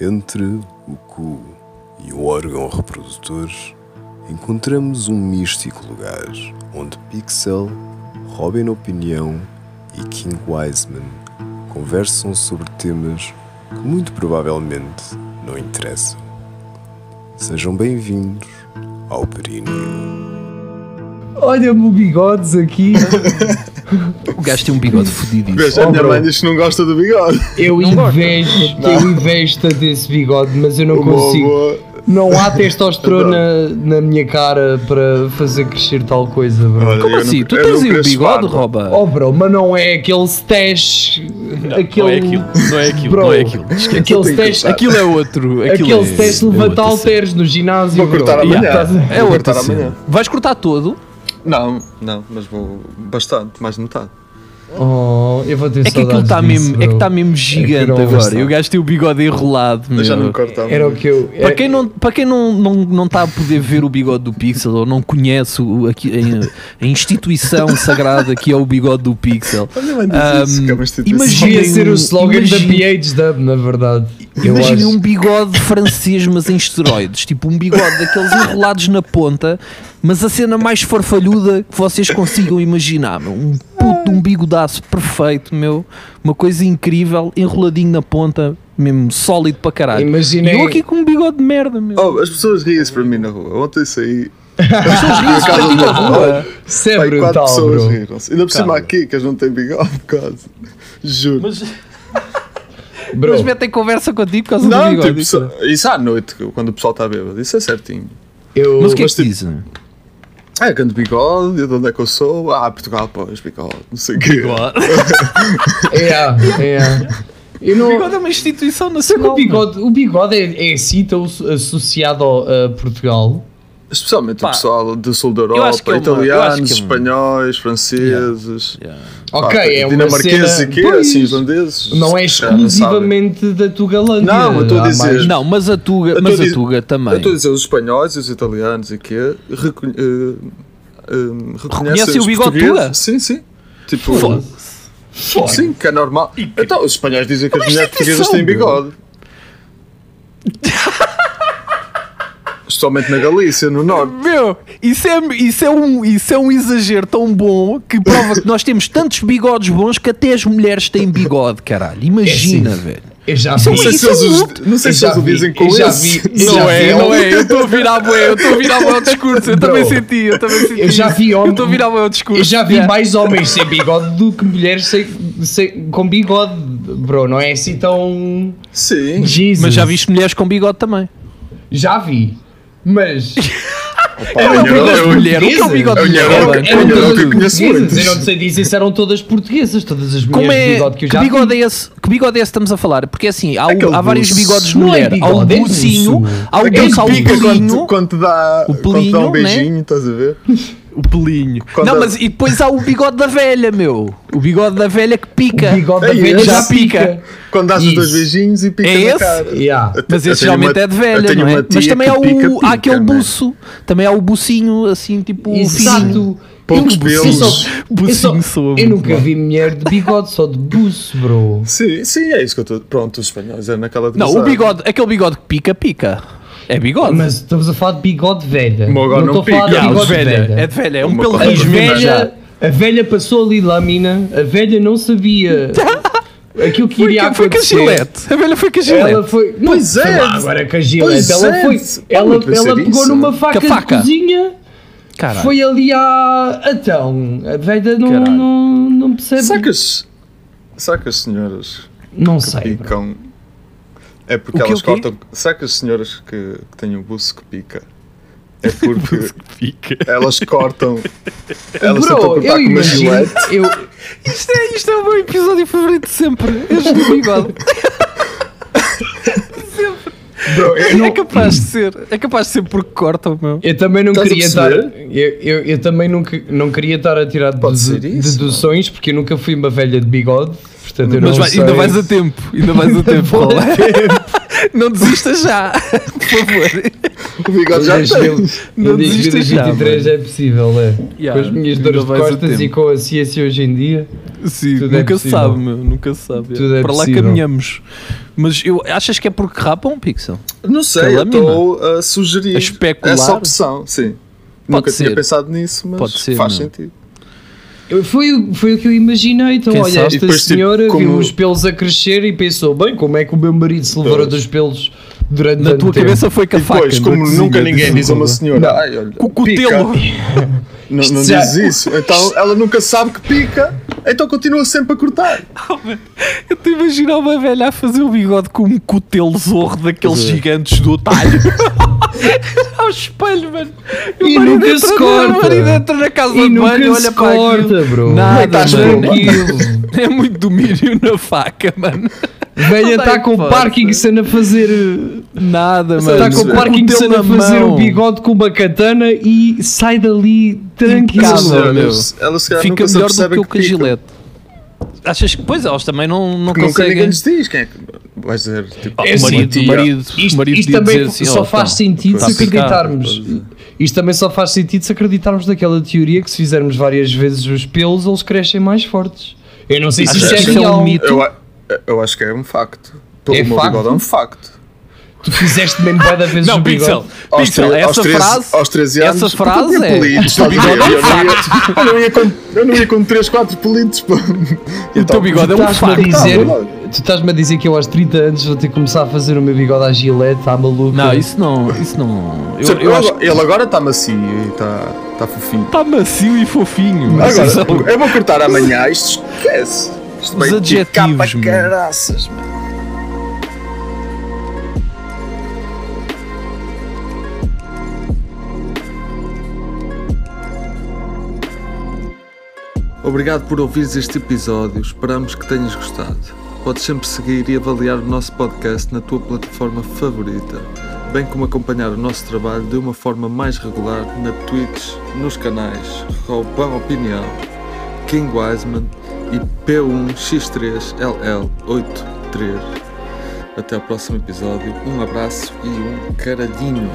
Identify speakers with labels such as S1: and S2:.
S1: Entre o cu e o órgão reprodutor encontramos um místico lugar onde Pixel, Robin Opinião e King Wiseman conversam sobre temas que muito provavelmente não interessam. Sejam bem-vindos ao Perineo.
S2: Olha-me o bigodes aqui.
S3: O gajo tem um bigode fodido.
S4: Veja,
S2: Oh,
S4: a minha
S2: bro.
S4: mãe diz que não gosta do bigode.
S2: Eu
S3: gosta?
S2: invejo, eu invejo tanto esse bigode, mas eu não
S4: O meu
S2: consigo.
S4: avô-
S2: Não há testosterona na minha cara para fazer crescer tal coisa, bro.
S4: Olha, eu
S3: Como
S4: não-
S3: assim? Tu
S4: eu não
S3: tens aí o
S4: cresço
S3: bigode,
S4: barba.
S3: Roba?
S2: Oh, bro, mas não é aquele stash.
S5: Não é
S2: aquele.
S5: aquilo, não é aquilo,
S2: Bro,
S5: não é aquilo.
S2: aquele stash. Aquele,
S3: Aquilo é outro. Aquilo
S2: aquele
S3: é,
S2: stash
S3: é
S2: levanta
S3: outra
S2: halteres no ginásio.
S4: Vou
S2: bro.
S4: cortar amanhã.
S2: Yeah.
S3: cena. É
S4: Vou cortar
S3: outra cena.
S4: amanhã.
S3: Vais cortar todo?
S6: Não, não, mas vou bastante, mais de metade.
S2: Oh, eu vou ter
S3: É que aquilo
S2: saudades
S3: está
S2: disso,
S3: mesmo, é que
S2: bro.
S3: tá mesmo gigante
S2: não
S3: agora.
S2: gosto.
S3: Eu gastei o bigode enrolado.
S4: Eu já
S3: meu.
S4: não corto tá? É- há
S2: Era o
S4: muito.
S2: que eu.
S3: Para quem não para quem não não não está a poder ver o bigode do Pixel ou não conhece o, aqui, a, a instituição sagrada que é o bigode do Pixel.
S4: Minha mãe diz isso, que é uma instituição.
S3: imagina- um-
S2: Devia ser o slogan
S3: Imagina-
S2: da PhDub, na verdade. Eu
S3: Imaginem
S2: acho.
S3: um bigode francês, mas em esteroides. Tipo um bigode daqueles enrolados na ponta, mas a cena mais farfalhuda que vocês consigam imaginar. meu. Um puto, um bigodaço perfeito, meu. Uma coisa incrível, enroladinho na ponta, mesmo sólido para caralho.
S2: Imaginei-
S3: E eu aqui com um bigode de merda, meu.
S6: Oh, as pessoas riem-se para mim na rua. Ontem saí,
S3: As pessoas riem-se para ti na rua.
S2: Isso é
S6: pai, quatro
S2: brutal,
S6: pessoas
S2: bro.
S6: riram-se. Ainda por cima aqui, que eles não têm bigode, quase. Juro.
S5: Mas
S2: Bro,
S3: Mas metem conversa contigo por causa do
S6: não,
S3: bigode.
S6: tipo,
S3: isso. é?
S6: só- isso à noite, quando o pessoal está bêbado. Isso é certinho.
S2: eu,
S3: Mas o que é
S6: mas
S3: que
S6: tipo-
S3: dizem?
S6: É, canto bigode, de onde é que eu sou? Ah, Portugal, pois, bigode, não sei o quê.
S2: tá- yeah, yeah. Eu
S3: O
S2: não,
S3: bigode é uma instituição
S2: Será que
S3: nacional.
S2: o bigode, o bigode é, é assim tão asso- associado ao- a Portugal?
S6: Especialmente
S3: Pá,
S6: o pessoal do sul da
S3: eu acho que
S6: Europa,
S3: é uma- eu acho
S6: italianos,
S3: que é uma-
S6: espanhóis, franceses,
S2: Ok,
S6: pá,
S2: é uma
S6: dinamarqueses
S2: cena...
S6: Ah, e quê?
S2: Pois,
S6: Assim, islandeses.
S2: não é
S6: Já não sabem.
S2: exclusivamente da Tugalândia.
S6: Não, eu estou a
S2: Há
S6: dizer-
S2: mais-
S3: Não, mas a Tuga,
S6: Eu
S3: mas
S6: tô a
S3: a
S6: dizer-
S3: Tuga também.
S6: Eu estou a dizer, os espanhóis e os italianos e quê? eh, Reconhe
S3: Reconhecem o bigode tuga?
S6: Sim, sim. Tipo,
S3: Foda-se.
S6: sim, que é normal. Então, os espanhóis dizem que as mulheres portuguesas
S3: instituição,
S6: têm bigode. Especialmente na Galícia, no Norte.
S3: Meu, isso é, isso, é um, isso é um exagero tão bom que prova que nós temos tantos bigodes bons que até as mulheres têm bigode, caralho. Imagina,
S2: É, sim.
S3: velho.
S2: Eu já
S3: Isso é
S2: vi.
S3: um
S6: Não sei se
S3: é
S6: eles, os,
S3: muito-
S6: não sei
S2: Eu
S6: se
S2: já
S6: eles o
S2: vi,
S6: dizem com
S2: eu já
S6: esse.
S2: vi, um eu já vi homens-
S3: é. Eu estou a virar bué, eu estou a virar bué o discurso. Eu
S2: Bro.
S3: senti, eu também senti.
S2: Eu já vi
S3: isso.
S2: homem-
S3: bué o discurso.
S2: Eu já vi
S3: Yeah.
S2: mais homens sem bigode do que mulheres sem, sem- com bigode, bro. Não é assim tão.
S6: Sim.
S2: Jesus.
S3: Mas já viste mulheres com bigode também.
S2: Já vi. Mas.
S3: Era um bigode de mulher. O que é o bigode de
S6: mulher,
S3: mulher?
S6: eu-
S3: Roland?
S6: eu-
S2: Eram
S6: eu-
S2: todas
S6: eu conheço
S2: portuguesas.
S6: muitos.
S2: Eu não sei dizer se eram todas portuguesas, todas as mulheres
S3: Como é,
S2: de bigode que
S3: que,
S2: eu já vi.
S3: bigode é esse? Que bigode é esse que estamos a falar? Porque assim, há, o-
S6: Aquele
S3: há vários
S6: buço.
S3: bigodes de
S2: Não é
S3: mulher. há o
S2: bigode, é
S3: bucinho,
S2: buço.
S3: há o
S6: Aquele
S3: buço, há um o
S6: pica quando,
S3: bolinho.
S6: quando te dá,
S3: O
S6: quando te dá
S3: pelinho,
S6: um
S3: né?
S6: beijinho, estás a ver?
S3: O pelinho.
S6: Quando
S3: não,
S6: a-
S3: mas e depois há o bigode da velha, meu. O bigode da velha que pica.
S2: O bigode da
S6: Ei,
S2: velha
S6: esse
S2: já
S3: pica.
S2: pica.
S6: Quando dás os
S2: Isso.
S6: dois beijinhos e pica
S3: É
S6: na
S3: esse?
S6: cara.
S2: Yeah.
S6: Eu te-
S3: Mas
S6: eu
S3: esse
S6: tenho
S3: geralmente
S6: uma-
S3: é de
S6: eu
S3: velha,
S6: tenho
S3: não é?
S6: uma
S3: Mas
S6: tia
S3: também
S6: que
S3: há, o,
S6: pica-pica,
S3: há aquele
S6: né?
S3: buço. Também há o bucinho, assim, tipo. fininho.
S2: Exato.
S6: Poucos
S2: Eu-
S6: pelos.
S2: eu só- Eu, só-
S3: Bucinho soa
S2: eu
S3: muito
S2: nunca vi mulher de bigode, só de buço, bro.
S6: Sim, sim, é isso que eu estou. Pronto, os espanhóis é naquela de
S3: Não, o
S6: gozar.
S3: bigode, aquele bigode que pica, pica. É bigode.
S2: Mas estamos a falar de bigode velha.
S6: O meu agora
S2: estou
S6: não
S2: a falar
S6: pica.
S2: de
S3: Yeah,
S2: bigode
S3: de velha.
S2: velha.
S3: É de velha. É um
S6: Uma
S3: pelo
S6: coisa
S3: rijo
S2: A
S3: mesmo já.
S2: velha, a velha passou ali lâmina, a velha não sabia aquilo que
S3: Foi,
S2: iria
S3: que- foi com a
S2: acontecer.
S3: gilete. A velha foi com a gilete.
S2: Ela foi. Não,
S6: Pois é.
S2: sei lá, agora com a
S6: Pois
S2: gilete. Ela
S6: é.
S2: foi.
S6: Pá,
S2: Ela,
S6: não pensei
S2: ela pegou
S6: nisso.
S2: numa faca,
S3: Com a faca.
S2: de cozinha,
S3: Caralho.
S2: foi ali à. Então, a velha não,
S3: Caralho.
S2: não, não percebe.
S6: Sacas. Sacas senhoras
S2: Não
S6: que
S2: sei. bro.
S6: picam. É porque
S3: O quê,
S6: elas
S3: o quê?
S6: cortam. Sacas senhoras que, que têm o buço que pica. É porque elas cortam. Elas
S2: Bro,
S6: tentam
S2: eu
S3: é
S6: cortar com uma
S2: imagino.
S6: gilete.
S2: Eu,
S3: Isto é, isto é o meu episódio favorito de sempre. Este do bigode.
S2: bro, eu
S3: É
S2: não-
S3: capaz de ser. É capaz de ser porque cortam, meu.
S2: Eu também não
S6: Estás a
S2: queria estar. Eu,
S6: perceber?
S2: eu, eu também nunca, não queria estar a tirar
S6: Pode
S2: dedu-
S6: ser isso,
S2: deduções, porque eu nunca fui uma velha de bigode. Portanto, eu
S3: Mas
S2: não
S3: vai-
S2: sei.
S3: ainda vais a é? tempo, ainda vais a tempo,
S2: Vou a
S3: Rola. Não desista já, por favor.
S6: O bigode já
S2: Desde
S6: tem.
S2: mil-
S3: Não
S2: desde
S3: desistas já,
S2: 2023 é possível, é.
S3: Yeah,
S2: com as minhas
S3: ainda
S2: dores de
S3: vais a
S2: costas e
S3: tempo.
S2: com a ciência hoje em dia.
S3: Sim,
S2: Tudo é
S3: nunca se
S2: possível.
S3: sabe, meu, nunca se sabe. é.
S2: Tudo é
S3: Para lá
S2: possível.
S3: caminhamos. Mas eu, achas que é porque rapam, Pixel?
S6: Não sei,
S3: Pela
S6: eu estou a sugerir
S3: A especular?
S6: essa opção, sim.
S3: Pode
S6: Nunca
S3: ser.
S6: tinha pensado nisso, mas
S3: Pode ser,
S6: faz
S3: não.
S6: sentido.
S2: Eu- Foi, o- foi o que eu imaginei. Então,
S3: Quem
S2: olha,
S3: sabe?
S6: E
S2: esta
S6: depois, tipo,
S2: senhora viu
S6: como-
S2: os pelos a crescer e pensou: bem, como é que o meu marido se livrou
S6: Pois.
S2: dos pelos durante
S3: Na
S2: tanto
S3: tua
S2: tempo?
S3: cabeça foi com a
S6: E depois,
S3: faca, é
S6: como
S3: na cozinha,
S6: nunca ninguém
S3: disse-me
S6: diz a uma
S3: Ruba.
S6: senhora, ai, olha,
S3: assim. Com o
S6: pica.
S3: cutelo.
S6: Não, não
S2: já-
S6: diz isso. Então ela nunca sabe que pica, então continua sempre a cortar.
S3: Eu te imagino uma velha a fazer o bigode com um cutelo zorro daqueles gigantes do otário. é. Ao espelho, mano. o
S2: E
S3: marido
S2: nunca se
S3: entra na-
S2: corta.
S3: O marido entra na
S2: E
S3: casa de banho e
S2: nunca
S3: olha
S2: se
S3: para aquilo. é
S2: corta, bro. é
S3: Nada,
S6: Estás
S3: mano.
S6: com-
S2: Tranquilo.
S3: É muito domínio na faca, mano.
S2: Velha
S3: Não
S2: está
S3: tem
S2: com o
S3: hipótese.
S2: Parkinson a fazer. uh,
S3: Nada, mano.
S2: Está com o
S6: com o
S2: Parkinson
S3: cutelo
S2: a
S3: na
S2: fazer
S3: mão.
S2: o bigode com uma katana e sai dali
S6: Essa
S3: Impecável.
S2: tranquilo.
S6: senhora,
S3: Ah, meu.
S6: Ela se calhar
S3: Fica
S6: nunca se
S3: melhor do
S6: apercebe
S3: que o com a
S6: pica.
S3: gilete. Achas que, pois, eles também não, não
S6: Nunca ninguém
S3: conseguem.
S6: lhes diz quem é que vais dizer. Tipo,
S2: É
S6: "Oh,
S3: o
S2: assim,
S3: marido, o
S6: tia."
S3: marido, o
S2: Isto,
S3: marido
S2: isto
S3: ia
S2: também
S3: dizer assim,
S2: só
S3: "Oh,
S2: faz
S3: tá."
S2: sentido
S3: tá
S2: se
S3: picado,
S2: acreditarmos. Isto também só faz sentido se acreditarmos naquela teoria que se fizermos várias vezes os pelos, eles crescem mais fortes. Eu não sei se
S3: Achas
S2: isso é
S3: que isso é um
S2: real.
S3: mito?
S6: Eu, a- eu acho que é um facto. Pelo
S2: É
S6: meu
S2: facto?
S6: bigode é um facto.
S2: Tu fizeste mesmo cada vez o
S3: Não, Pixel,
S2: um bigode.
S6: Aos
S3: Pixel,
S6: tre- aos
S3: essa
S6: 13
S3: frase.
S6: aos 13
S3: essa
S6: anos,
S3: frase
S6: porque eu tinha
S3: é-
S6: pelitos, estás a ver?
S3: bigode é um
S6: Eu não ia- eu não ia com- Eu não ia com 3, 4 pelitos. pô. E
S3: O teu
S6: então-
S3: bigode é um
S2: Estás-me a
S3: facto.
S6: Tá,
S2: dizer,
S6: verdade.
S2: tu estás-me a dizer que eu aos 30 anos vou ter que começar a fazer o meu bigode à gilete, à maluca.
S3: Não, isso não. Isso não. Eu,
S6: Sabe,
S3: eu acho que
S6: Então, ele agora está macio e está tá fofinho.
S3: está macio e fofinho. Mas
S6: Agora,
S3: isso é um-
S6: eu vou cortar amanhã, isto esquece. Isto vai ficar
S3: adjetivos,
S6: para
S3: meu.
S6: caraças, mano. Obrigado por ouvires este episódio, esperamos que tenhas gostado. Podes sempre seguir e avaliar o nosso podcast na tua plataforma favorita, bem como acompanhar o nosso trabalho de uma forma mais regular na Twitch, nos canais Roubão Opinião, King Wiseman e P1X3LL83. Até ao próximo episódio, um abraço e um caradinho.